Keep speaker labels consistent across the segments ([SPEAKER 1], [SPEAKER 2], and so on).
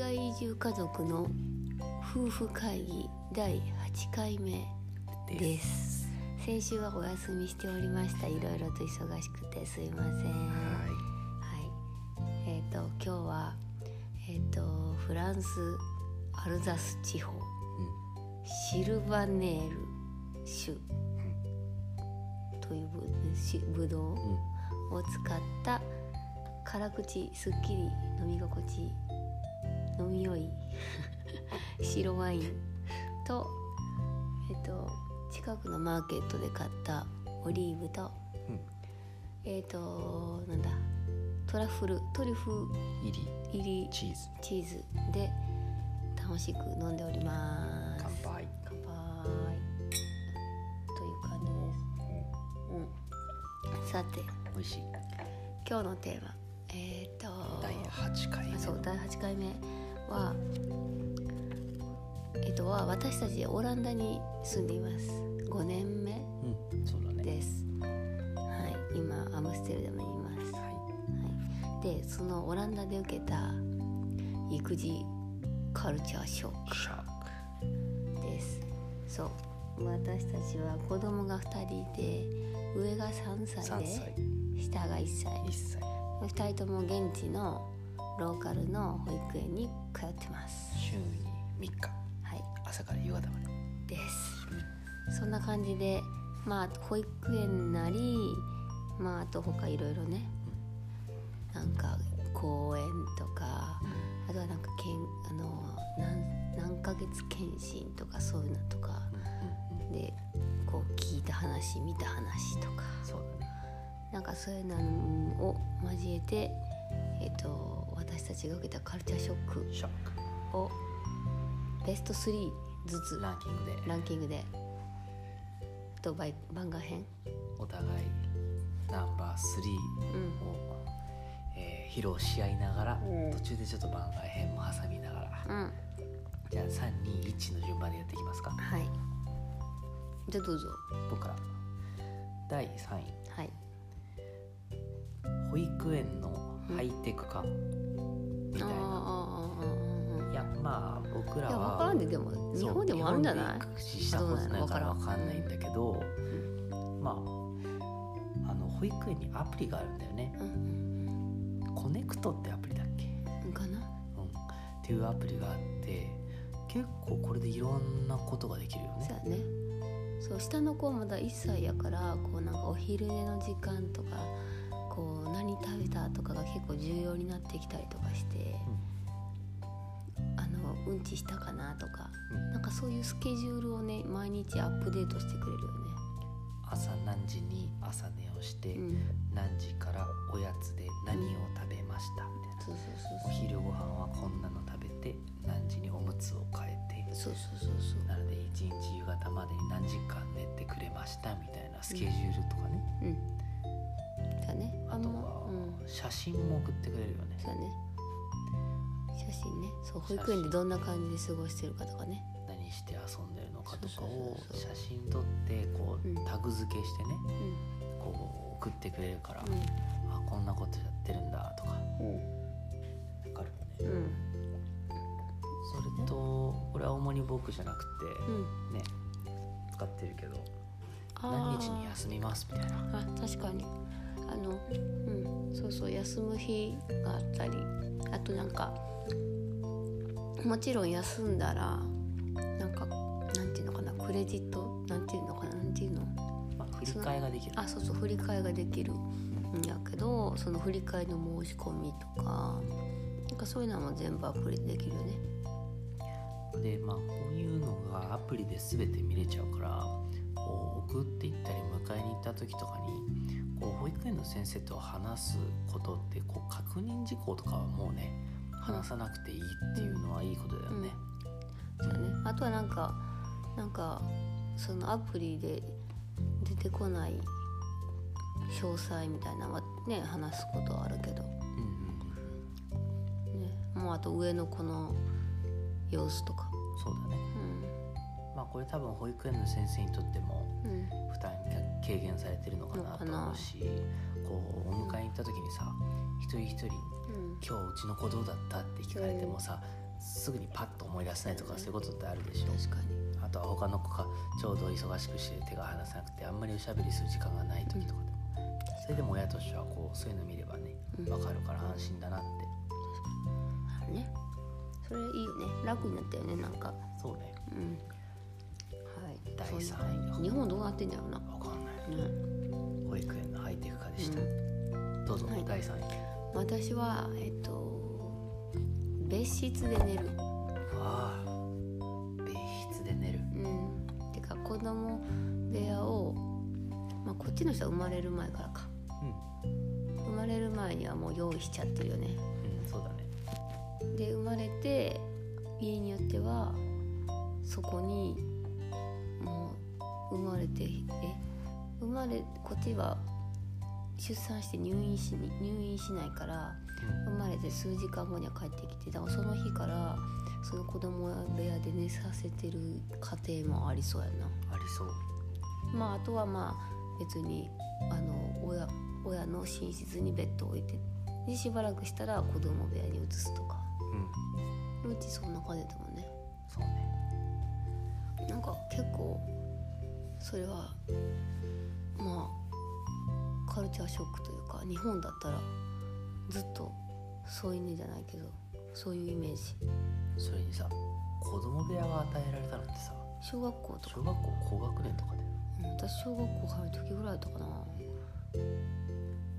[SPEAKER 1] 家族の夫婦会議第8回目です
[SPEAKER 2] す
[SPEAKER 1] 先週はお休みしておりましたいろいろと忙しくてすいませんは
[SPEAKER 2] はい
[SPEAKER 1] えっ、と今日はえっ、とフランスアルザス地方
[SPEAKER 2] い、
[SPEAKER 1] シルバネール種というぶしぶどう
[SPEAKER 2] うんうん、
[SPEAKER 1] を使った辛口すっきり飲み心地いい飲みよ い白ワインとえっと近くのマーケットで買ったオリーブと、
[SPEAKER 2] うん
[SPEAKER 1] えっとなんだトラフルトリュフ
[SPEAKER 2] 入り
[SPEAKER 1] 入り
[SPEAKER 2] チーズ
[SPEAKER 1] チーズで楽しく飲んでおります
[SPEAKER 2] 乾杯
[SPEAKER 1] 乾杯という感じです、うん、さて
[SPEAKER 2] 美味しい
[SPEAKER 1] 今日のテーマえっ、ー、と
[SPEAKER 2] 第8回目
[SPEAKER 1] あそう第8回目はえっ、とは私たちオランダに住んでいます5年目
[SPEAKER 2] うんそうだね
[SPEAKER 1] ですはい今アムステルダムにいます、は、
[SPEAKER 2] はい
[SPEAKER 1] でそのオランダで受けた育児カルチャーショッ
[SPEAKER 2] いシャーク
[SPEAKER 1] クですそう私たちは子供が2人で上が3歳
[SPEAKER 2] 3
[SPEAKER 1] で
[SPEAKER 2] 歳
[SPEAKER 1] 下が1歳
[SPEAKER 2] 1歳
[SPEAKER 1] 2人とも現地のローカルの保育園に通ってます
[SPEAKER 2] 週に3日
[SPEAKER 1] はい
[SPEAKER 2] 朝から夕方まで
[SPEAKER 1] ですそんな感じでまあ保育園なりまああと他いろいろねなんか公園とかあとはなんかけんあの何何ヶ月検診とかそういうのとか
[SPEAKER 2] うんうんうん
[SPEAKER 1] でこう聞いた話見た話とか
[SPEAKER 2] そうだね
[SPEAKER 1] なんかそういうのを交えてえっ、と私たちが受けたカルチャーショック
[SPEAKER 2] シャー
[SPEAKER 1] をベスト3ずつ
[SPEAKER 2] クランキングで
[SPEAKER 1] ランキングでとバイ番外編
[SPEAKER 2] お互いナンバー3
[SPEAKER 1] うん
[SPEAKER 2] を、えー披露し合いながら、
[SPEAKER 1] うん
[SPEAKER 2] 途中でちょっと番外編も挟みながら、
[SPEAKER 1] うん
[SPEAKER 2] じゃあ321の順番でやっていきますか
[SPEAKER 1] はいじゃあどうぞ
[SPEAKER 2] 僕から第3位
[SPEAKER 1] はい
[SPEAKER 2] 保育園のハイテク化み
[SPEAKER 1] あ
[SPEAKER 2] たいな、
[SPEAKER 1] あああああ
[SPEAKER 2] いやまあ僕ら
[SPEAKER 1] いや
[SPEAKER 2] は
[SPEAKER 1] 分からんででも日本でもあるんじゃない
[SPEAKER 2] そう日本で育児したことないから分かんないんだけど、まああの保育園にアプリがあるんだよね
[SPEAKER 1] うん
[SPEAKER 2] コネクトってアプリだっけ
[SPEAKER 1] うんかな
[SPEAKER 2] うん、っていうアプリがあって結構これでいろんなことができるよ
[SPEAKER 1] そう
[SPEAKER 2] ね
[SPEAKER 1] やねそう下の子はまだ1歳やからこうなんかお昼寝の時間とかこう何食べたとかが結構重要になってきたりとかして、あのうんちしたかなとか、
[SPEAKER 2] うん
[SPEAKER 1] なんかそういうスケジュールをね毎日アップデートしてくれるよ
[SPEAKER 2] 朝何時に朝寝をして、
[SPEAKER 1] ね、うん、
[SPEAKER 2] 何時からおやつで何を食べましたみたいな、
[SPEAKER 1] そうそう
[SPEAKER 2] お昼ご飯はこんなの食べて何時におむつを変えて
[SPEAKER 1] そうそうそうそうそう
[SPEAKER 2] なので一日夕方までに何時間寝てくれましたみたいなスケジュールとか
[SPEAKER 1] う
[SPEAKER 2] ね、
[SPEAKER 1] んだね
[SPEAKER 2] あと
[SPEAKER 1] んま
[SPEAKER 2] は
[SPEAKER 1] うん
[SPEAKER 2] 写真も送ってくれるよね、
[SPEAKER 1] そうだね写真ねそう保育園でどんな感じで過ごしてるかとかね
[SPEAKER 2] 何して遊んでるのかとか
[SPEAKER 1] そ
[SPEAKER 2] を
[SPEAKER 1] うそうそうそ
[SPEAKER 2] 写真撮ってこ
[SPEAKER 1] うん
[SPEAKER 2] うタグ付けしてね、
[SPEAKER 1] うん
[SPEAKER 2] こう送ってくれるから、あこんなことやってるんだとかわ
[SPEAKER 1] うん
[SPEAKER 2] かるよ
[SPEAKER 1] う
[SPEAKER 2] ね、
[SPEAKER 1] ん
[SPEAKER 2] それとこれは主に僕じゃなく
[SPEAKER 1] うんうん
[SPEAKER 2] てね使ってるけど
[SPEAKER 1] あー
[SPEAKER 2] 何日に休みますみたいな
[SPEAKER 1] あ確かにあのうんそうそう休む日があったりあとなんかもちろん休んだらなんかなんていうのかなクレジットなんていうのかななんていうの
[SPEAKER 2] まあ、振り替えができる
[SPEAKER 1] あそうそう振り替えができるんやけどその振り替えの申し込みとかなんかそういうのも全部アプリでできるよね
[SPEAKER 2] でまあこういうのがアプリで全て見れちゃうからこう送っていったり迎えに行った時とかにこう保育園の先生と話すことってこう確認事項とかはもうね話さなくていいっていうのはいいことだよね。
[SPEAKER 1] そうだねあとはなんかなんかそのアプリで出てこない詳細みたいなのはね話すことはあるけど、ね、
[SPEAKER 2] うんうんうん
[SPEAKER 1] もうあと上の子の様子とか
[SPEAKER 2] うん、そうだね
[SPEAKER 1] う
[SPEAKER 2] まあこれ多分保育園の先生にとっても
[SPEAKER 1] んうん
[SPEAKER 2] 負担が軽減されてるのかなと思うしこうお迎えに行った時にさ一人一人
[SPEAKER 1] うん
[SPEAKER 2] 「今日うちの子どうだった?」って聞かれてもさ、すぐにパッと思い出せないとかそういうことってあるでしょ
[SPEAKER 1] 確かに
[SPEAKER 2] あとは他の子がちょうど忙しくして手が離せなくてあんまりおしゃべりする時間がない時とかでも、それでも親としてはこうそういうの見ればね
[SPEAKER 1] うん
[SPEAKER 2] 分かるから安心だなって、
[SPEAKER 1] あるねそれいいよね楽になったよねなんか
[SPEAKER 2] そうね
[SPEAKER 1] うんはい
[SPEAKER 2] 第
[SPEAKER 1] そんな
[SPEAKER 2] 三位
[SPEAKER 1] 日本どうなってんだろうな、ね
[SPEAKER 2] 分かんない保育園のハイテク化でした、
[SPEAKER 1] う
[SPEAKER 2] どうぞ、
[SPEAKER 1] はい
[SPEAKER 2] 第3位
[SPEAKER 1] 私はえっと別室で寝る
[SPEAKER 2] ああ別室で寝る
[SPEAKER 1] うんてか子供部屋を、まあ、こっちの人は生まれる前からか生まれる前にはもう用意しちゃってるよね
[SPEAKER 2] うん、うん、そうだね
[SPEAKER 1] で生まれて家によってはそこにもう生まれてえ生まれこっちは出産して入院しに入院しないから生まれて数時間後には帰ってきてだからその日からその子供部屋で寝させてる家庭もありそうやな。
[SPEAKER 2] ありそう
[SPEAKER 1] まあ、あとはまあ別にあの親親の寝室にベッドを置いてでしばらくしたら子供部屋に移すとか
[SPEAKER 2] うん
[SPEAKER 1] うちそんな感じだったもんね
[SPEAKER 2] そうね
[SPEAKER 1] なんか結構それはまあカルチャーショックというか日本だったらずっとそういうねじゃないけどそういうイメージ
[SPEAKER 2] それにさ子供部屋が与えられたのってさ
[SPEAKER 1] 小学校とか
[SPEAKER 2] 小学校高学年とかで
[SPEAKER 1] うん私小学校入る時ぐらいだったかな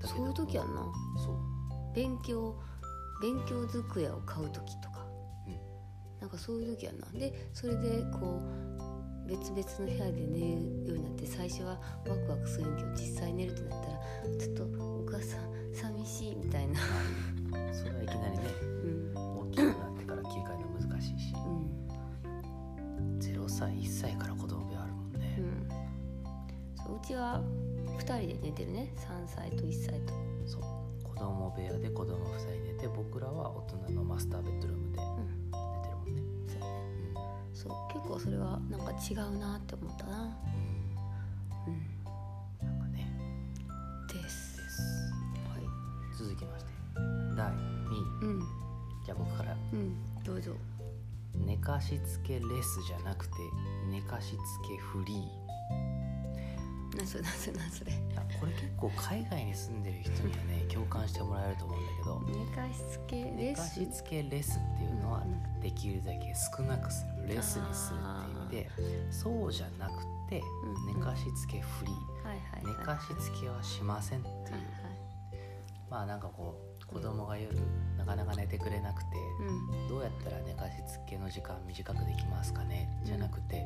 [SPEAKER 1] そういう時やんな
[SPEAKER 2] そう
[SPEAKER 1] 勉強勉強机を買う時とか、
[SPEAKER 2] うん
[SPEAKER 1] なんかそういう時やなでそれでこう別々の部屋で寝るようになって最初はワクワクするんやけど実際寝るってなったらちょっとお母さん寂しいみたいな、
[SPEAKER 2] それはいきなりね
[SPEAKER 1] うん
[SPEAKER 2] 大きくなってから切り替えるの難しいし
[SPEAKER 1] うん
[SPEAKER 2] 0歳1歳から子供部屋あるもんね
[SPEAKER 1] う、ん、そううちは2人で寝てるね3歳と1歳と、
[SPEAKER 2] そう子供部屋で子供夫妻寝て僕らは大人のマスターベッドルームで
[SPEAKER 1] うん
[SPEAKER 2] 寝てるもんね、
[SPEAKER 1] そうねそう結構それはなんか違うなって思ったな、うん、
[SPEAKER 2] うんなんかね
[SPEAKER 1] です
[SPEAKER 2] です
[SPEAKER 1] はい
[SPEAKER 2] 続きまして第2位
[SPEAKER 1] うん
[SPEAKER 2] じゃあ僕から
[SPEAKER 1] うんどうぞ
[SPEAKER 2] 寝かしつけレスじゃなくて寝かしつけフリー
[SPEAKER 1] なそれなそれなそれ
[SPEAKER 2] いやこれ結構海外に住んでる人にはね共感してもらえると思うんだけど
[SPEAKER 1] 寝かしつけ
[SPEAKER 2] 寝
[SPEAKER 1] レ
[SPEAKER 2] か
[SPEAKER 1] ス
[SPEAKER 2] しつけレスっていうのはできるだけ少なくするレスにするっていう意味でそうじゃなくて
[SPEAKER 1] うん
[SPEAKER 2] 寝かしつけフリー
[SPEAKER 1] はいはい
[SPEAKER 2] 寝
[SPEAKER 1] はい
[SPEAKER 2] かしつけはしませんっていう
[SPEAKER 1] はい
[SPEAKER 2] まあなんかこう子供が夜なかなか寝てくれなくて
[SPEAKER 1] はいうん
[SPEAKER 2] どうやったら寝かしつけの時間短くできますかねじゃなくて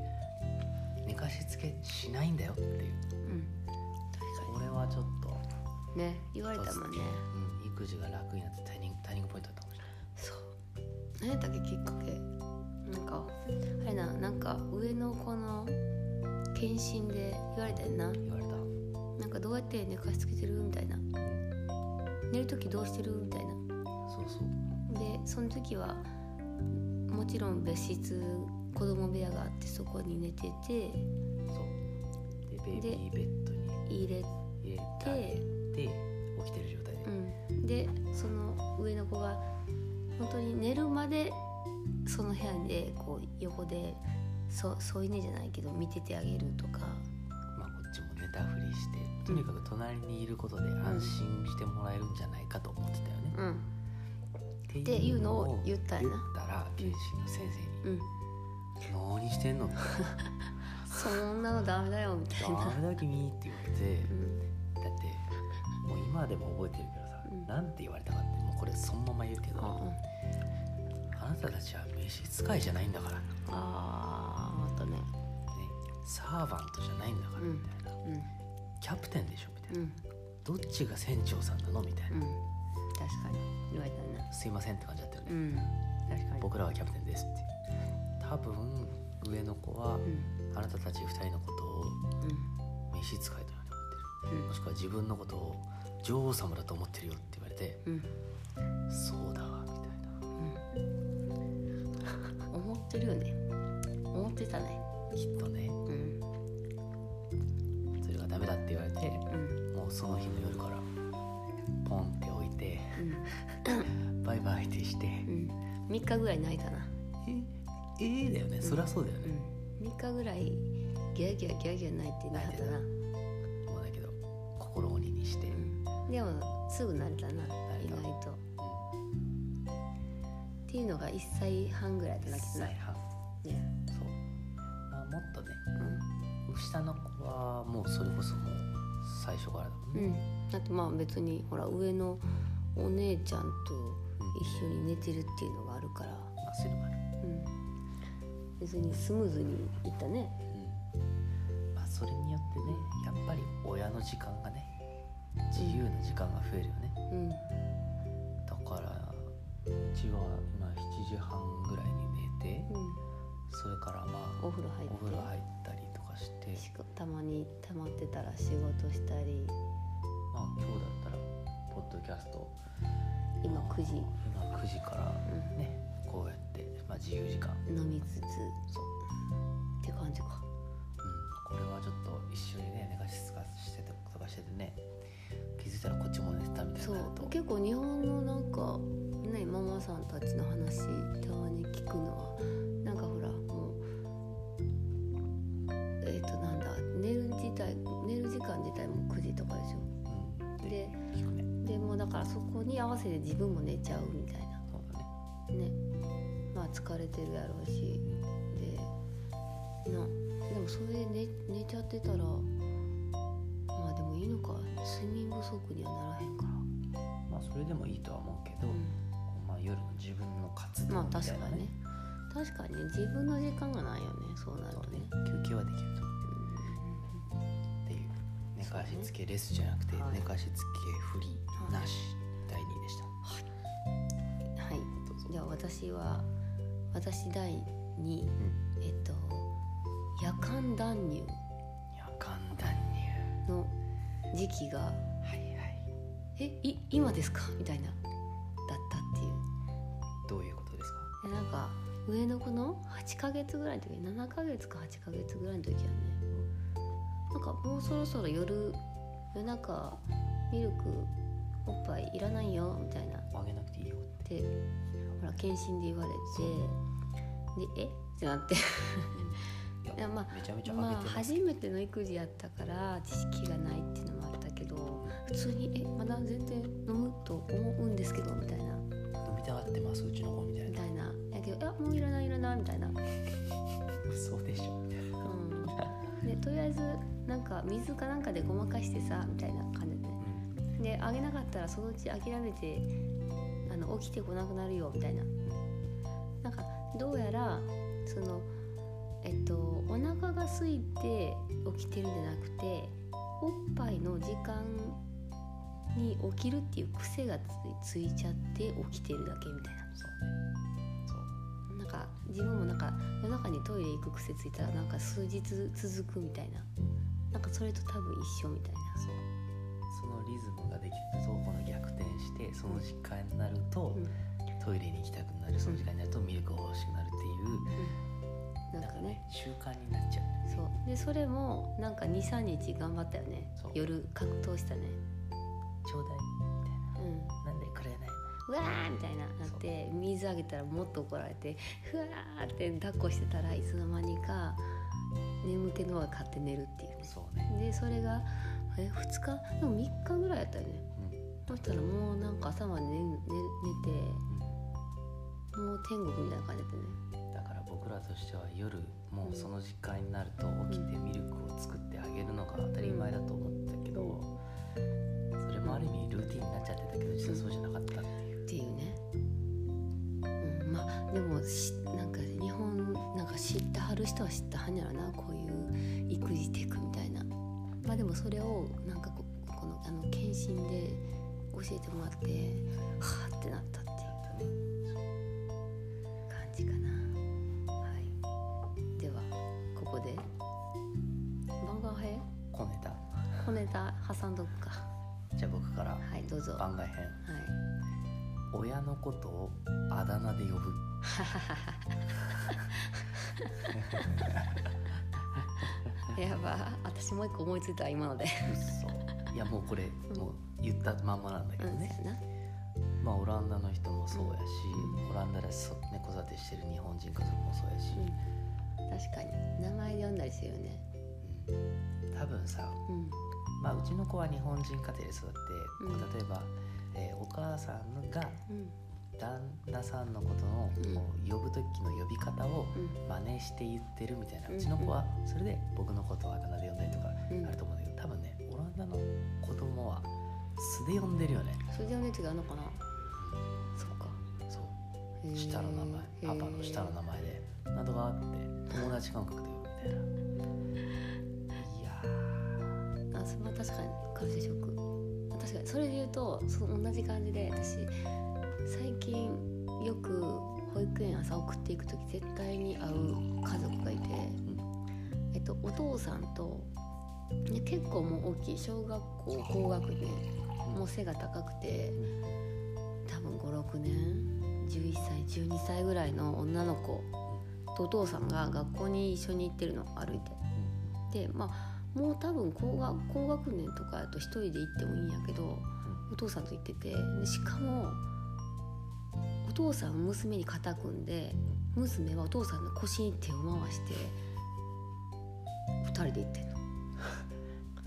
[SPEAKER 2] 寝かしつけしないんだよっていう
[SPEAKER 1] うん
[SPEAKER 2] これはちょっと、
[SPEAKER 1] ね言われたもんね
[SPEAKER 2] うん、育児が楽になってタイニングターニングポイントだったかもしれ
[SPEAKER 1] そう何
[SPEAKER 2] ない
[SPEAKER 1] やったっけきっかけなんかあれななんか上の子の検診で言われたよな
[SPEAKER 2] 言われた
[SPEAKER 1] なんかどうやって寝かしつけてるみたいな寝る時どうしてるみたいな
[SPEAKER 2] そうそう
[SPEAKER 1] でその時はもちろん別室子供部屋があってそこに寝てて
[SPEAKER 2] そうでベイビ
[SPEAKER 1] で
[SPEAKER 2] ーベッドに
[SPEAKER 1] 入れ
[SPEAKER 2] 入れてあ
[SPEAKER 1] て
[SPEAKER 2] げて起きてる状態で、
[SPEAKER 1] うん、でその上の子が本当に寝るまでその部屋でこう横でそ添い寝じゃないけど見ててあげるとか
[SPEAKER 2] まあ、こっちも寝たふりしてとにかく隣にいることで安心してもらえるんじゃないかと思ってたよね、
[SPEAKER 1] うん
[SPEAKER 2] って
[SPEAKER 1] っていうのを言ったんや
[SPEAKER 2] 言っ
[SPEAKER 1] な
[SPEAKER 2] たら検診の先
[SPEAKER 1] うん
[SPEAKER 2] 生に「何してんの?」って
[SPEAKER 1] そんなのダメだよみ
[SPEAKER 2] 「
[SPEAKER 1] たい
[SPEAKER 2] ダ
[SPEAKER 1] な、
[SPEAKER 2] メだ君」って言われて
[SPEAKER 1] うん、
[SPEAKER 2] だってもう今でも覚えてるけどさ、
[SPEAKER 1] うん
[SPEAKER 2] なんて言われたかってもうこれそのまま言うけど、
[SPEAKER 1] あ
[SPEAKER 2] あなたたちは召使いじゃないんだから、ね、
[SPEAKER 1] あーあとね
[SPEAKER 2] サーバントじゃないんだから
[SPEAKER 1] うん
[SPEAKER 2] みたいな、キャプテンでしょみたい
[SPEAKER 1] うん
[SPEAKER 2] な、
[SPEAKER 1] うん
[SPEAKER 2] どっちが船長さんなのみたいな、
[SPEAKER 1] うん確かに言われたね
[SPEAKER 2] すいませんって感じだったよね、
[SPEAKER 1] うん確かに
[SPEAKER 2] 僕らはキャプテンですって多分上の子は
[SPEAKER 1] うん
[SPEAKER 2] あなたたち2人のことを召使いというふうに思ってる
[SPEAKER 1] うんうん
[SPEAKER 2] もしくは自分のことを女王様だと思ってるよって言われて
[SPEAKER 1] うん
[SPEAKER 2] そうだわみたいな
[SPEAKER 1] うん思ってるよね思ってたね
[SPEAKER 2] きっとね
[SPEAKER 1] うん
[SPEAKER 2] それがダメだって言われて
[SPEAKER 1] うん
[SPEAKER 2] もうその日の夜からポンって置いて
[SPEAKER 1] うん
[SPEAKER 2] バイバイってして
[SPEAKER 1] うん、3日ぐらい泣いたな
[SPEAKER 2] えええだよねそりゃそうだよね、
[SPEAKER 1] うん、3日ぐらいギャーギャーギャーギャー泣いてなかったな、
[SPEAKER 2] もうだけど心鬼にして、
[SPEAKER 1] うん、でもすぐ慣れたな
[SPEAKER 2] 慣
[SPEAKER 1] 意
[SPEAKER 2] れた
[SPEAKER 1] 外とっ
[SPEAKER 2] う
[SPEAKER 1] ていうのが1歳半ぐらいで
[SPEAKER 2] ん、1
[SPEAKER 1] 泣きな
[SPEAKER 2] 歳
[SPEAKER 1] い
[SPEAKER 2] 半
[SPEAKER 1] ね、
[SPEAKER 2] そう、まあ、もっとね
[SPEAKER 1] う
[SPEAKER 2] 下の子はもうそれこそもう最初からだもん
[SPEAKER 1] んう
[SPEAKER 2] ね、
[SPEAKER 1] ん、だってまあ別にほら上のお姉ちゃんと
[SPEAKER 2] うん
[SPEAKER 1] 一緒に寝てるっていうのがあるから、
[SPEAKER 2] まあそれはね
[SPEAKER 1] うん、別にスムーズにいったね
[SPEAKER 2] うんまあそれによってねやっぱり親の時間がね自由な時間が増えるよね
[SPEAKER 1] うん
[SPEAKER 2] だからうちは今7時半ぐらいに寝て
[SPEAKER 1] うん
[SPEAKER 2] それからまあ
[SPEAKER 1] お風呂入って
[SPEAKER 2] お風呂入ったりとかして
[SPEAKER 1] しかたまに溜まってたら仕事したり
[SPEAKER 2] まあ今日だったらポッドキャスト
[SPEAKER 1] 今9時、
[SPEAKER 2] 今9時から
[SPEAKER 1] う
[SPEAKER 2] ねこうやって、まあ、自由時間
[SPEAKER 1] ん、飲みつつっ
[SPEAKER 2] そう、
[SPEAKER 1] て感じか
[SPEAKER 2] うん、これはちょっと一緒にね寝かしつかしててとかしててね気づいたらこっちも寝てたみたい
[SPEAKER 1] そ
[SPEAKER 2] になる
[SPEAKER 1] う
[SPEAKER 2] と
[SPEAKER 1] 結構日本のなんかねママさんたちの話たまに聞くのはなんかほらもうえっ、となんだ寝る自体寝る時間自体も9時とかでしょ
[SPEAKER 2] うん、
[SPEAKER 1] で
[SPEAKER 2] 聞くね
[SPEAKER 1] でもうだからそこに合わせて自分も寝ちゃうみたいな
[SPEAKER 2] そうだね
[SPEAKER 1] ねまあ疲れてるやろうしでなでもそれで寝寝ちゃってたらまあでもいいのか睡眠不足にはならへんから、
[SPEAKER 2] まあそれでもいいとは思うけど、
[SPEAKER 1] う
[SPEAKER 2] こうまあ、夜の自分の活
[SPEAKER 1] ん、
[SPEAKER 2] 動
[SPEAKER 1] ま
[SPEAKER 2] み
[SPEAKER 1] あ
[SPEAKER 2] た
[SPEAKER 1] 確
[SPEAKER 2] い
[SPEAKER 1] か
[SPEAKER 2] な
[SPEAKER 1] に
[SPEAKER 2] ね
[SPEAKER 1] ね確かに自分の時間がないよねそうなるとね
[SPEAKER 2] 休憩はできるとっていう寝かしつけレスじゃなくて、
[SPEAKER 1] はい
[SPEAKER 2] 寝かしつけフリーなし、第2位でした
[SPEAKER 1] うんはい
[SPEAKER 2] どうぞ
[SPEAKER 1] じゃあ私は私第2位、
[SPEAKER 2] ん
[SPEAKER 1] えっと夜間断乳
[SPEAKER 2] 夜間断乳
[SPEAKER 1] の時期が
[SPEAKER 2] はいはい
[SPEAKER 1] えい今ですかみたいなだったっていう
[SPEAKER 2] どういうことですか
[SPEAKER 1] でなんか上の子の8ヶ月ぐらいの時7ヶ月か8ヶ月ぐらいの時はねなんかもうそろそろ夜夜中ミルクおっぱいいらないよみたいなっ
[SPEAKER 2] あげなくていいよって
[SPEAKER 1] てほら検診で言われてでえってなって
[SPEAKER 2] い
[SPEAKER 1] いやまあ
[SPEAKER 2] めちゃめちゃあげて
[SPEAKER 1] まあ
[SPEAKER 2] ます
[SPEAKER 1] 初めての育児やったから知識がないっていうのもあったけど普通に「えまだ全然飲むと思うんですけど」みたいな
[SPEAKER 2] 飲みたがってますうちの子みたい
[SPEAKER 1] み
[SPEAKER 2] な
[SPEAKER 1] たいな「やけどいやもういらないいらない」みたいな
[SPEAKER 2] 嘘でしょみたいな
[SPEAKER 1] うん、でとりあえずなんか水かなんかでごまかしてさみたいな感じでねであげなかったらそのうち諦めてあの起きてこなくなるよみたいななんかどうやらそのえっとお腹が空いて起きてるんじゃなくておっぱいの時間に起きるっていう癖がつついちゃって起きてるだけみたいな
[SPEAKER 2] そうねそう
[SPEAKER 1] なんか自分もなんか夜中にトイレ行く癖ついたらなんか数日続くみたいななんかそれと多分一緒みたいな
[SPEAKER 2] そうそのリズムができてそうこの逆転してその時間になると、
[SPEAKER 1] うん
[SPEAKER 2] トイレに行きたくなるその時間になるとミルクが欲しくなるって
[SPEAKER 1] な
[SPEAKER 2] いう、
[SPEAKER 1] ん
[SPEAKER 2] なん
[SPEAKER 1] か
[SPEAKER 2] かね
[SPEAKER 1] ね
[SPEAKER 2] 習慣になっちゃう
[SPEAKER 1] そうでそれもなんか23日頑張ったよね
[SPEAKER 2] そう
[SPEAKER 1] 夜格闘したね
[SPEAKER 2] ちょうだいみたい
[SPEAKER 1] うん
[SPEAKER 2] ななんでくれないう
[SPEAKER 1] わーみたいななって水あげたらもっと怒られてふわーって抱っこしてたらいつの間にか眠気の方が勝って寝るっていうね
[SPEAKER 2] そうね
[SPEAKER 1] でそれがえ2日でも3日ぐらいやったよねそしたらもうなんか朝まで寝寝寝てもう天国みたいな感じだったね
[SPEAKER 2] だから僕らとしては夜もうその時間になると起きてミルクを作ってあげるのが当たり前だと思ってたけどそれもある意味ルーティンになっちゃってたけど実はそうじゃなかったっていう
[SPEAKER 1] っていうね、うん、まあでもしなんか日本なんか知ってはる人は知ってはんやろなこういう育児テクみたいなまあでもそれをなんかここのあの検診で教えてもらってはあってなったっていう
[SPEAKER 2] だね
[SPEAKER 1] 感じかなはいではここで番外編
[SPEAKER 2] 小ネタ
[SPEAKER 1] 小ネタ挟んどくか
[SPEAKER 2] じゃあ僕から
[SPEAKER 1] はいどうぞは
[SPEAKER 2] 番外編
[SPEAKER 1] い
[SPEAKER 2] 親のことをあだ名で呼ぶ
[SPEAKER 1] やば私もう一個思いついた今ので
[SPEAKER 2] 嘘いやもうこれもう言ったまんまなんだけ
[SPEAKER 1] う
[SPEAKER 2] ど
[SPEAKER 1] ん
[SPEAKER 2] ね
[SPEAKER 1] そうやな
[SPEAKER 2] まあ、オランダの人もそうやし
[SPEAKER 1] う
[SPEAKER 2] オランダでそ猫育てしてる日本人家族もそうやし、
[SPEAKER 1] うん、確かに名前で呼んだりするよね
[SPEAKER 2] うん、多分さ、
[SPEAKER 1] うん
[SPEAKER 2] まあ、うちの子は日本人家庭で育って、
[SPEAKER 1] うん
[SPEAKER 2] こう例えば、えーお母さんが
[SPEAKER 1] うん
[SPEAKER 2] 旦那さんのことの
[SPEAKER 1] うん
[SPEAKER 2] こう呼ぶ時の呼び方を
[SPEAKER 1] うん
[SPEAKER 2] 真似して言ってるみたいな
[SPEAKER 1] うん
[SPEAKER 2] うちの子はそれで僕のことをあだ名で呼んだりとか
[SPEAKER 1] うん
[SPEAKER 2] あると思うんだけど多分ねオランダの子供は素で呼んでるよね
[SPEAKER 1] それでお姉ちゃんがあるのかなそっか
[SPEAKER 2] そう
[SPEAKER 1] へー
[SPEAKER 2] 下の名前
[SPEAKER 1] へ
[SPEAKER 2] パ
[SPEAKER 1] ー
[SPEAKER 2] パの下の名前でなどがあって友達感覚で呼 ぶみたいないや
[SPEAKER 1] あそれは確かにカルシェショック確かにそれで言うとその同じ感じで私最近よく保育園朝送っていく時絶対に会う家族がいて、えっと、お父さんと、ね、結構もう大きい小学校高学年
[SPEAKER 2] ー
[SPEAKER 1] もう背が高くて多分56年11歳12歳ぐらいの女の子とお父さんが学校に一緒に行ってるの歩いて。でまあもう多分高学高学年とかやと一人で行ってもいいんやけどお父さんと行っててでしかもお父さんは娘に肩組んで娘はお父さんの腰に手を回して二人で行ってんの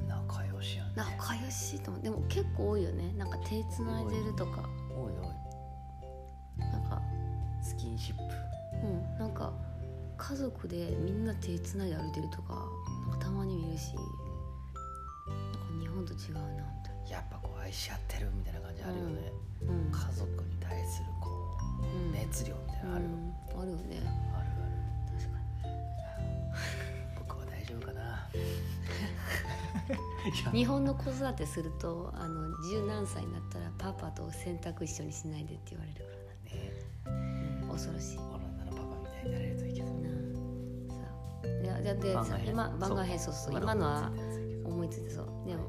[SPEAKER 2] 仲良しやね
[SPEAKER 1] 仲良しと思ってでも結構多いよねなんか手つないでるとか
[SPEAKER 2] おいおい
[SPEAKER 1] なんか
[SPEAKER 2] スキンシップ
[SPEAKER 1] うんなんか家族でみんな手つないで歩いてるとかなんかたまに見るしなんか日本と違うなみたい
[SPEAKER 2] やっぱこう愛し合ってるみたいな感じあるよね、
[SPEAKER 1] な。うん
[SPEAKER 2] 家族に対するこ
[SPEAKER 1] う
[SPEAKER 2] うん熱量みたいなのある、
[SPEAKER 1] うん、あるよね
[SPEAKER 2] ある
[SPEAKER 1] 確か
[SPEAKER 2] ある僕は大丈夫 かないや
[SPEAKER 1] に日本の子育てするとあの十何歳になったらパパと洗濯一緒にしないでって言われるから
[SPEAKER 2] ね
[SPEAKER 1] な恐ろしいな
[SPEAKER 2] オランダのパパみたいになれるといいけど
[SPEAKER 1] さあいやだってさ今番外編そうそう今のは思いついてそうでも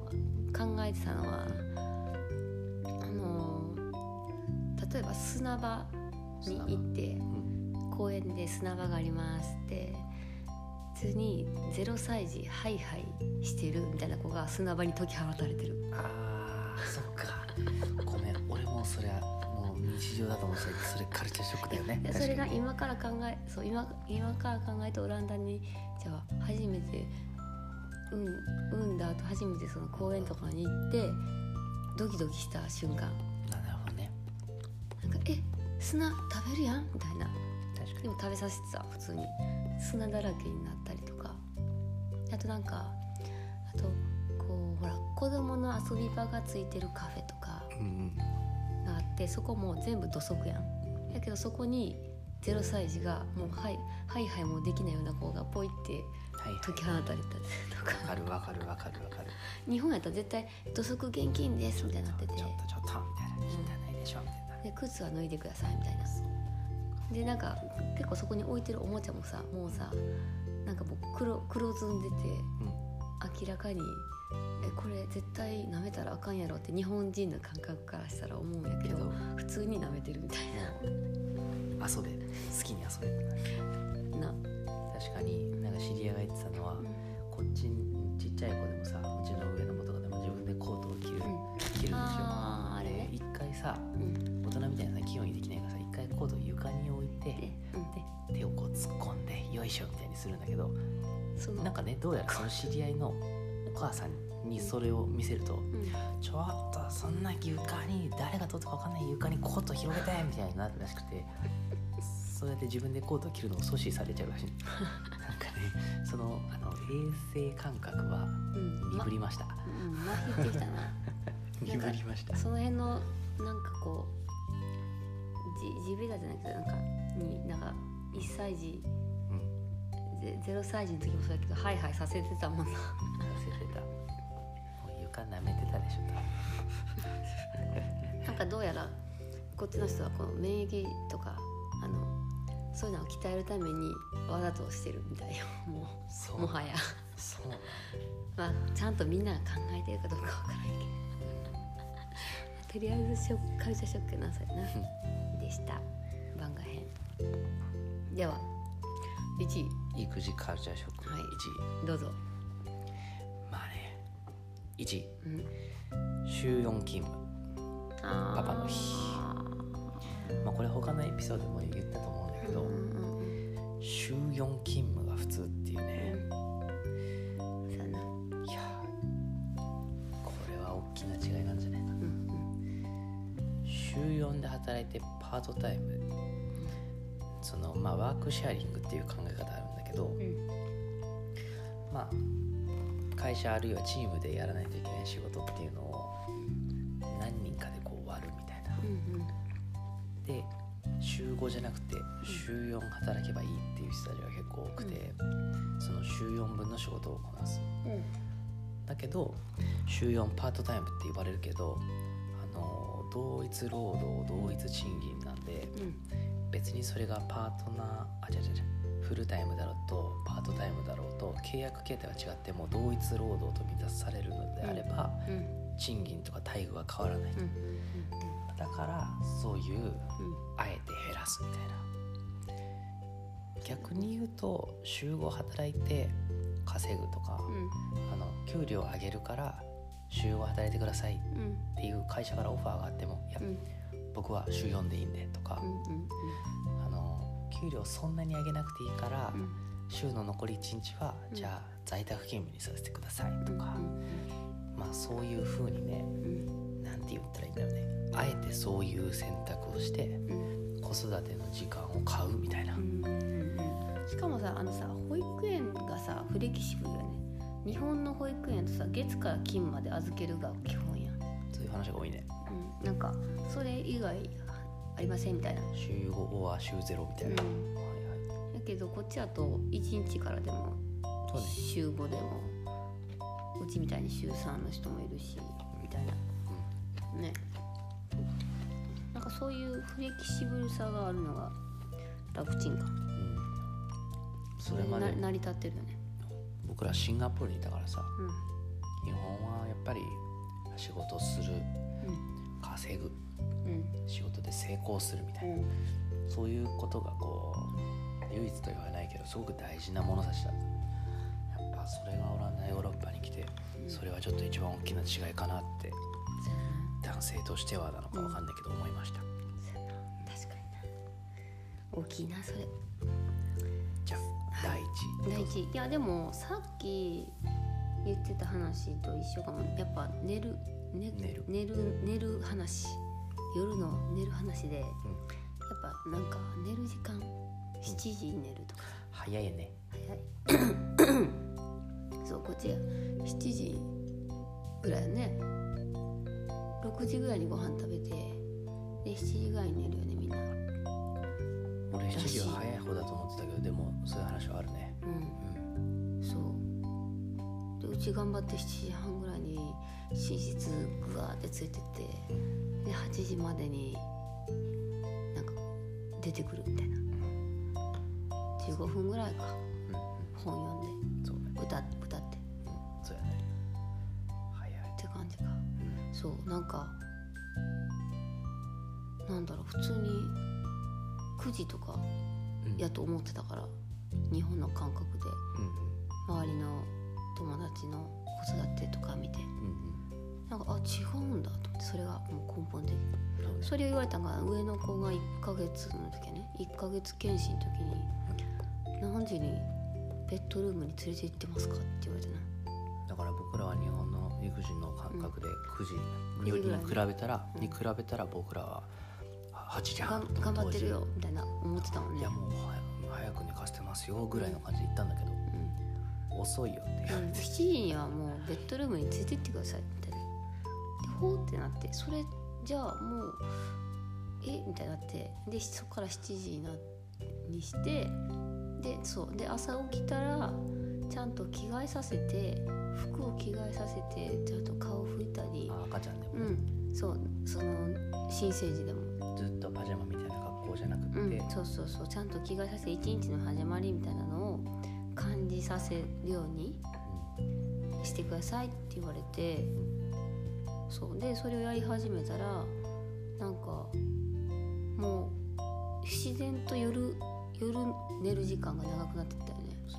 [SPEAKER 1] 考えてたのはあのー例えば砂場に行って
[SPEAKER 2] うん
[SPEAKER 1] 公園で砂場がありますって普通に0歳児ハイハイしてるみたいな子が砂場に解き放たれてる
[SPEAKER 2] あーそっかごめん俺もそりゃもう日常だと思ってたそれカルチャーショックだよね
[SPEAKER 1] で
[SPEAKER 2] 確
[SPEAKER 1] それ
[SPEAKER 2] か
[SPEAKER 1] が
[SPEAKER 2] に
[SPEAKER 1] 今から考えそう今今から考えてオランダにじゃあ初めてうん産んだ後初めてその公園とかに行ってドキドキした瞬間
[SPEAKER 2] あなるほどね
[SPEAKER 1] なんか「え砂食べるやん」みたいな
[SPEAKER 2] 確か
[SPEAKER 1] で
[SPEAKER 2] に
[SPEAKER 1] も食べさせてた普通に砂だらけになったりとかあとなんかあとこうほら子供の遊び場がついてるカフェとか
[SPEAKER 2] うん
[SPEAKER 1] があってそこも全部土足やん
[SPEAKER 2] うん
[SPEAKER 1] だけどそこに0歳児がもうはいはいはいもうできないような子がポイって
[SPEAKER 2] はい
[SPEAKER 1] 解き放たれたりと
[SPEAKER 2] わ
[SPEAKER 1] か
[SPEAKER 2] かるわかるわかるわかる
[SPEAKER 1] 日本やったら絶対土足現金ですみたいになってて
[SPEAKER 2] ちょっとちょっとみたいな汚いでしょみたいな
[SPEAKER 1] で靴は脱いでくださいみたいなでなんか結構そこに置いてるおもちゃもさもうさなんかもう黒黒ずんでて明らかにえこれ絶対舐めたらあかんやろって日本人の感覚からしたら思うんやけ
[SPEAKER 2] け
[SPEAKER 1] ど
[SPEAKER 2] どもう
[SPEAKER 1] 普通に舐めてるみたい
[SPEAKER 2] 遊べ好きに遊べ
[SPEAKER 1] な、
[SPEAKER 2] 確かになんか知り合いが言ってたのはこっちにちっちゃい子でもさうちの上の子とかでも自分でコートを着
[SPEAKER 1] う
[SPEAKER 2] る、
[SPEAKER 1] ん
[SPEAKER 2] 着るでしょ
[SPEAKER 1] あーあれね
[SPEAKER 2] で一回さ
[SPEAKER 1] うん、
[SPEAKER 2] 大人みたいなさ器用にできないからさ一回コートを床に置いて
[SPEAKER 1] で、う
[SPEAKER 2] 手をこう突っ込んでよいしょみたいにするんだけど
[SPEAKER 1] ん、その
[SPEAKER 2] なんかねどうやらその知り合いのお母さんにそれを見せると
[SPEAKER 1] うん
[SPEAKER 2] 「ちょっとそんな床に誰が取ったか分かんない床にコート広げて」みたいになるらしくてそうやって自分でコートを着るのを阻止されちゃうらしいなんかねそのあの衛生感覚は
[SPEAKER 1] うん
[SPEAKER 2] 鈍
[SPEAKER 1] ま
[SPEAKER 2] りました
[SPEAKER 1] うん、麻痺ってきたな
[SPEAKER 2] 鈍りました
[SPEAKER 1] その辺のなんかこうじ地べたじゃなくてなんかになんか1歳児
[SPEAKER 2] うん
[SPEAKER 1] ゼゼロ歳児の時もそうやけどハイハイさせてたもんな
[SPEAKER 2] 忘れてたもう床舐めてたでしょ多分
[SPEAKER 1] なんかどうやらこっちの人はこの免疫とかあのそういうのを鍛えるためにわざとしてるみたいよも
[SPEAKER 2] そう
[SPEAKER 1] もはや
[SPEAKER 2] そうなんだ
[SPEAKER 1] まあちゃんとみんなが考えてるかどうかわからんけどとりあえずショックカルチャーショックやなそれなでした番外編では1位
[SPEAKER 2] 育児カルチャーショック
[SPEAKER 1] はい
[SPEAKER 2] 1位
[SPEAKER 1] どうぞ、
[SPEAKER 2] まあね1位
[SPEAKER 1] うん、
[SPEAKER 2] 週4勤務
[SPEAKER 1] パ
[SPEAKER 2] パの日まあ、これ他のエピソードでも言ったと思うんだけど、
[SPEAKER 1] うん
[SPEAKER 2] 週4勤務が普通っていうね
[SPEAKER 1] うんそうやない
[SPEAKER 2] やーこれは大きな違いなんじゃないかな
[SPEAKER 1] うん
[SPEAKER 2] 週4で働いてパートタイムそのまあワークシェアリングっていう考え方あるんだけど
[SPEAKER 1] うんうん
[SPEAKER 2] まあ会社あるいはチームでやらないといけない仕事っていうのを何人かでこう割るみたいな
[SPEAKER 1] うん
[SPEAKER 2] で週5じゃなくて週4働けばいいっていう人たちが結構多くて、その週4分の仕事をこなす
[SPEAKER 1] うん
[SPEAKER 2] だけど週4パートタイムって言われるけどあの同一労働同一賃金なんで別にそれがパートナーあ違う違う違うフルタイムだろうとパートタイムだろうと契約形態は違っても同一労働と満たされるのであれば、
[SPEAKER 1] うんうん
[SPEAKER 2] 賃金とか待遇は変わらない、だからそうい
[SPEAKER 1] う
[SPEAKER 2] う
[SPEAKER 1] ん
[SPEAKER 2] あえて減らすみたいな逆に言うと週5働いて稼ぐとか、
[SPEAKER 1] うん
[SPEAKER 2] あの給料上げるから週5働いてくださいっ
[SPEAKER 1] うん
[SPEAKER 2] ていう会社からオファーがあってもいや、
[SPEAKER 1] うん
[SPEAKER 2] 僕は週4でいいんでとか、あの給料そんなに上げなくていいから、
[SPEAKER 1] うん
[SPEAKER 2] 週の残り1日は、
[SPEAKER 1] うん
[SPEAKER 2] じゃあ在宅勤務にさせてくださいと
[SPEAKER 1] と
[SPEAKER 2] か、まあそういうふうにねなんて言ったらいいんだろうねあえてそういう選択をして子育ての時間を買うみたいな、
[SPEAKER 1] しかもさあのさ保育園がさフレキシブルよね日本の保育園とさ月から金まで預けるが基本やん、
[SPEAKER 2] そういう話が多いね
[SPEAKER 1] うん、なんかそれ以外ありませんみたいな、
[SPEAKER 2] 週5は週0みたいな、
[SPEAKER 1] うん
[SPEAKER 2] はいはい
[SPEAKER 1] だけどこっちだと1日からでも
[SPEAKER 2] そうね
[SPEAKER 1] 週5でもうちみたいに週3の人もいるしみたいなねなんかそういうフレキシブルさがあるのが楽ちんか
[SPEAKER 2] うん、うん、それま
[SPEAKER 1] な
[SPEAKER 2] で
[SPEAKER 1] 成り立ってるよね
[SPEAKER 2] 僕らシンガポールにいたからさ
[SPEAKER 1] うん
[SPEAKER 2] 日本はやっぱり仕事する稼ぐ
[SPEAKER 1] うん
[SPEAKER 2] 仕事で成功するみたいな
[SPEAKER 1] うん
[SPEAKER 2] そういうことがこう唯一とは言わないけどすごく大事な物差しだったやっぱそれがオランダヨーロッパに来て
[SPEAKER 1] うん
[SPEAKER 2] それはちょっと一番大きな違いかなって
[SPEAKER 1] そうやな
[SPEAKER 2] 男性としてはなのかわかんないけど思いました
[SPEAKER 1] そうやな確かにな大きいなそれ
[SPEAKER 2] じゃあ第一
[SPEAKER 1] 第一いやでもさっき言ってた話と一緒かもやっぱ寝る、ね、
[SPEAKER 2] 寝る
[SPEAKER 1] 寝る寝る話夜の寝る話でやっ
[SPEAKER 2] うん
[SPEAKER 1] ぱなんか寝る時間7時に寝るとか
[SPEAKER 2] 早いよね
[SPEAKER 1] 早いそうこっち7時ぐらいやね6時ぐらいにご飯食べてで7時ぐらいに寝るよねみんなう
[SPEAKER 2] 俺7時は
[SPEAKER 1] らしい
[SPEAKER 2] 早い方だと思ってたけどでもそういう話はあるね
[SPEAKER 1] ん
[SPEAKER 2] うん
[SPEAKER 1] そうでうち頑張って7時半ぐらいに寝室ぐわーってついてってで8時までになんか出てくるみたいな15分ぐらいか
[SPEAKER 2] うんう
[SPEAKER 1] 本読んで
[SPEAKER 2] んそうね
[SPEAKER 1] 歌歌ってっ
[SPEAKER 2] うんそうやね早い
[SPEAKER 1] て感じか
[SPEAKER 2] うん
[SPEAKER 1] そうなんかなんだろう普通に9時とか
[SPEAKER 2] うん
[SPEAKER 1] やと思ってたから日本の感覚で
[SPEAKER 2] うん
[SPEAKER 1] 周りの友達の子育てとか見て
[SPEAKER 2] うん
[SPEAKER 1] なんかあ違うんだと思ってそれがもう根本的に
[SPEAKER 2] うんそうね
[SPEAKER 1] それを言われたのが上の子が1ヶ月の時ね1ヶ月検診の時に「何時にベッドルームに連れて行ってますか?」って言われてな
[SPEAKER 2] だから僕らは日本の育児の感覚で9時に
[SPEAKER 1] 9時ぐらい
[SPEAKER 2] 比べたら、
[SPEAKER 1] うん
[SPEAKER 2] に比べたら僕らはあ8時
[SPEAKER 1] が
[SPEAKER 2] 半
[SPEAKER 1] ん頑張ってるよみたいな思ってたもん
[SPEAKER 2] 当時
[SPEAKER 1] ね
[SPEAKER 2] いやもうはもう早く寝かせてますよぐらいの感じで言ったんだけど
[SPEAKER 1] うん
[SPEAKER 2] 遅いよって言わ
[SPEAKER 1] う
[SPEAKER 2] れ
[SPEAKER 1] ん、
[SPEAKER 2] て
[SPEAKER 1] 7時にはもうベッドルームに連れてってくださいみたいなでほーってなってそれじゃあもうえみたいになってでそこから7時になにしてでそうで朝起きたらちゃんと着替えさせて服を着替えさせてちゃんと顔拭いたり
[SPEAKER 2] あ赤ちゃんでも
[SPEAKER 1] う
[SPEAKER 2] ね、
[SPEAKER 1] んそうその新生児でも
[SPEAKER 2] ずっとパジャマみたいな格好じゃなくて、
[SPEAKER 1] うん、そうそうそうちゃんと着替えさせて一日の始まりみたいなのを感じさせるようにしてくださいって言われてそうでそれをやり始めたらなんかもう自然と夜夜寝る時間が長くなってったよね
[SPEAKER 2] そ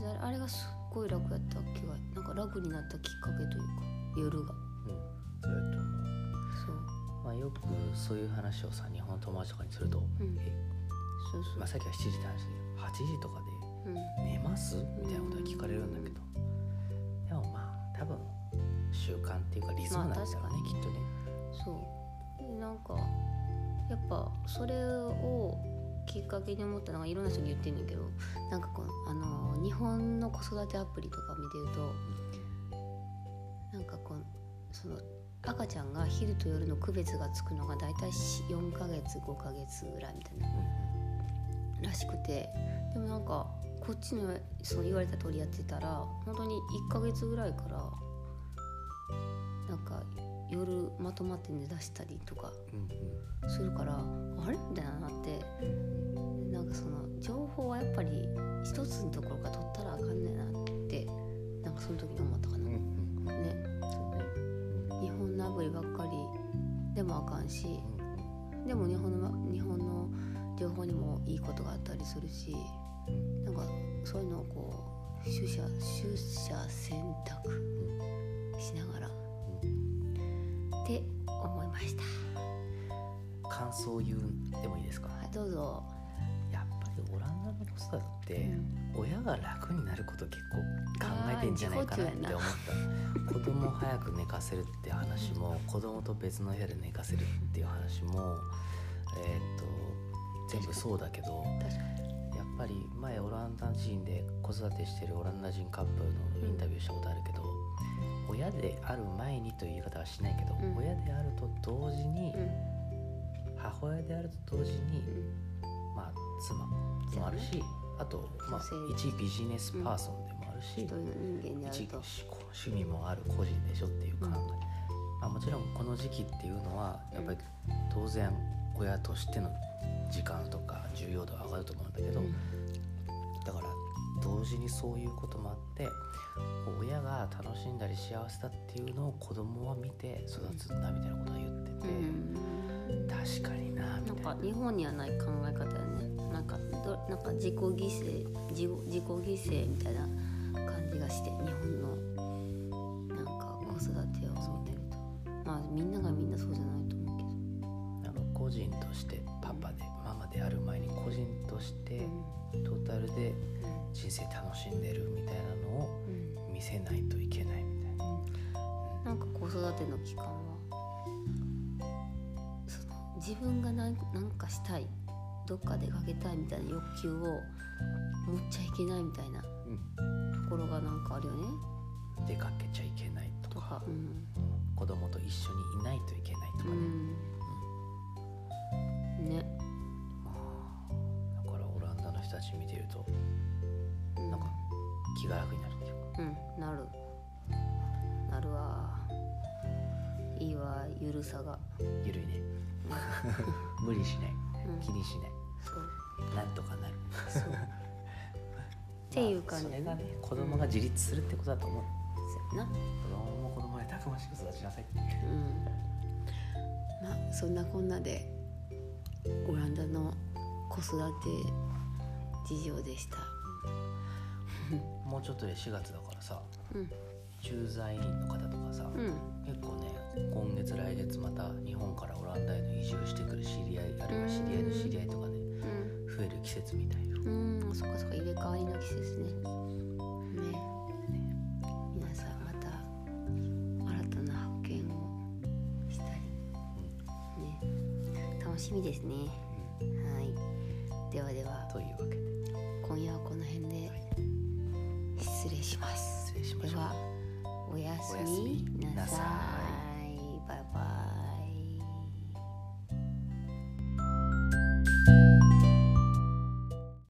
[SPEAKER 2] う
[SPEAKER 1] で
[SPEAKER 2] ね
[SPEAKER 1] あれあれがすっごい楽やった気がなんか楽になったきっかけというか夜が
[SPEAKER 2] うんそれとも
[SPEAKER 1] そう
[SPEAKER 2] まあまあ、よくそういう話をさ日本の友達とかにすると
[SPEAKER 1] う
[SPEAKER 2] 「
[SPEAKER 1] ん
[SPEAKER 2] え
[SPEAKER 1] そうそう
[SPEAKER 2] まあ、さっきは7時って話だけど8時とかで
[SPEAKER 1] うん
[SPEAKER 2] 寝ます?」みたいなことは聞かれるんだけどでもまあ多分習慣っていうかリズムなんだろうね、
[SPEAKER 1] まあ確か
[SPEAKER 2] きっとね。
[SPEAKER 1] そうでなんかやっぱそれをきっかけに思ったのがいろんな人に言ってんねんけどなんかこうあの日本の子育てアプリとか見てるとなんかこうその赤ちゃんが昼と夜の区別がつくのが大体し4ヶ月5ヶ月ぐらいみたいならしくてでもなんかこっちのその言われた通りやってたら本当に1ヶ月ぐらいからなんか夜まとまって寝だしたりとか
[SPEAKER 2] うんうん
[SPEAKER 1] するからあれみたいなのあってなんかその情報はやっぱり一つのところから取ったらあかんねんなってなんかその時に思ったか
[SPEAKER 2] うんう
[SPEAKER 1] な、
[SPEAKER 2] んうん
[SPEAKER 1] ね
[SPEAKER 2] そうね
[SPEAKER 1] 日本のアプリばっかりでもあかんし
[SPEAKER 2] うんうん
[SPEAKER 1] でも日本の日本の情報にもいいことがあったりするしなんかそういうのをこう取捨取捨選択しながらって思いました
[SPEAKER 2] 感想を言うでもいいですか
[SPEAKER 1] はいどうぞ、
[SPEAKER 2] やっぱりオランダの子育てって親が楽になること結構考えてんじゃないかなって思った子供を早く寝かせるって話も子供と別の部屋で寝かせるっていう話もえーっと全部そうだけど
[SPEAKER 1] 確かに
[SPEAKER 2] やっぱり前オランダ人で子育てしてるオランダ人カップルのインタビューしたことあるけど、親である前にという言い方はしないけど、
[SPEAKER 1] うん
[SPEAKER 2] 親であると同時に、
[SPEAKER 1] うん
[SPEAKER 2] 母親であると同時に、まあ、妻もあるし、あと、まあ
[SPEAKER 1] 女性、
[SPEAKER 2] 一ビジネスパーソンでもある
[SPEAKER 1] 一
[SPEAKER 2] し、
[SPEAKER 1] 人の人間である
[SPEAKER 2] 一
[SPEAKER 1] と
[SPEAKER 2] 趣趣味もある個人でしょっていう考え、
[SPEAKER 1] うん
[SPEAKER 2] まあ、もちろんこの時期っていうのはやっぱり当然親としての時間とか重要度は上がると思うんだけど、
[SPEAKER 1] うん
[SPEAKER 2] だから同時にそういうこともあってこう親が楽しんだり幸せだっていうのを子供は見て育つんだみたいなことは言ってて、
[SPEAKER 1] うん
[SPEAKER 2] 確かになみ
[SPEAKER 1] なん
[SPEAKER 2] たい
[SPEAKER 1] か
[SPEAKER 2] な。
[SPEAKER 1] 日本にはない考え方やねなんかどなんか自己犠牲自己自己犠牲みたいな感じがして日本のなんか子育てを見てるとまあみんながみんなそうじゃないと思うけど
[SPEAKER 2] あの個人としてパパでママである前に個人としてトータルで人生楽しんでるみたいなのを
[SPEAKER 1] うんうん
[SPEAKER 2] 見せないといけないみたいな。
[SPEAKER 1] なんか子育ての期間はその自分が何なんかしたいどっか出かけたいみたいな欲求を持っちゃいけないみたいなと
[SPEAKER 2] うん
[SPEAKER 1] ころがなんかあるよね
[SPEAKER 2] 出かけちゃいけないと
[SPEAKER 1] と
[SPEAKER 2] か
[SPEAKER 1] かうん、
[SPEAKER 2] うん子供と一緒にいないといけないとか
[SPEAKER 1] う
[SPEAKER 2] ね。
[SPEAKER 1] ん、ね
[SPEAKER 2] まあだからオランダの人たち見てると
[SPEAKER 1] うん
[SPEAKER 2] なんか気が楽になるっていうか
[SPEAKER 1] うんなるなるわいいわゆるさが
[SPEAKER 2] ゆるいね無理しない
[SPEAKER 1] うん
[SPEAKER 2] 気にしな
[SPEAKER 1] そう
[SPEAKER 2] いなんとかなる
[SPEAKER 1] そうっていう感じ
[SPEAKER 2] まあそれがね子供が自立するってことだと思う、
[SPEAKER 1] そうやな
[SPEAKER 2] 子供も子供でたくましく育ちなさい
[SPEAKER 1] うん、まあそんなこんなでオランダの子育て事情でした。
[SPEAKER 2] もうちょっとで4月だからさ
[SPEAKER 1] うん、
[SPEAKER 2] 駐在員の方とかさ、
[SPEAKER 1] うん、
[SPEAKER 2] 結構ね今月来月また日本からオランダへの移住してくる知り合いあるいは知り合いの知り合いとかね増える季節みたいよ
[SPEAKER 1] うん、うん、そっかそっか入れ替わりの季節ね。ね、皆さんまた新たな発見をしたり、ね、楽しみですね。はい、ではでは
[SPEAKER 2] というわけで
[SPEAKER 1] 今夜はこの辺で失礼します。
[SPEAKER 2] 失礼しまし
[SPEAKER 1] で
[SPEAKER 2] ょう
[SPEAKER 1] はおやすみなさ
[SPEAKER 2] おやすみなさ
[SPEAKER 1] い。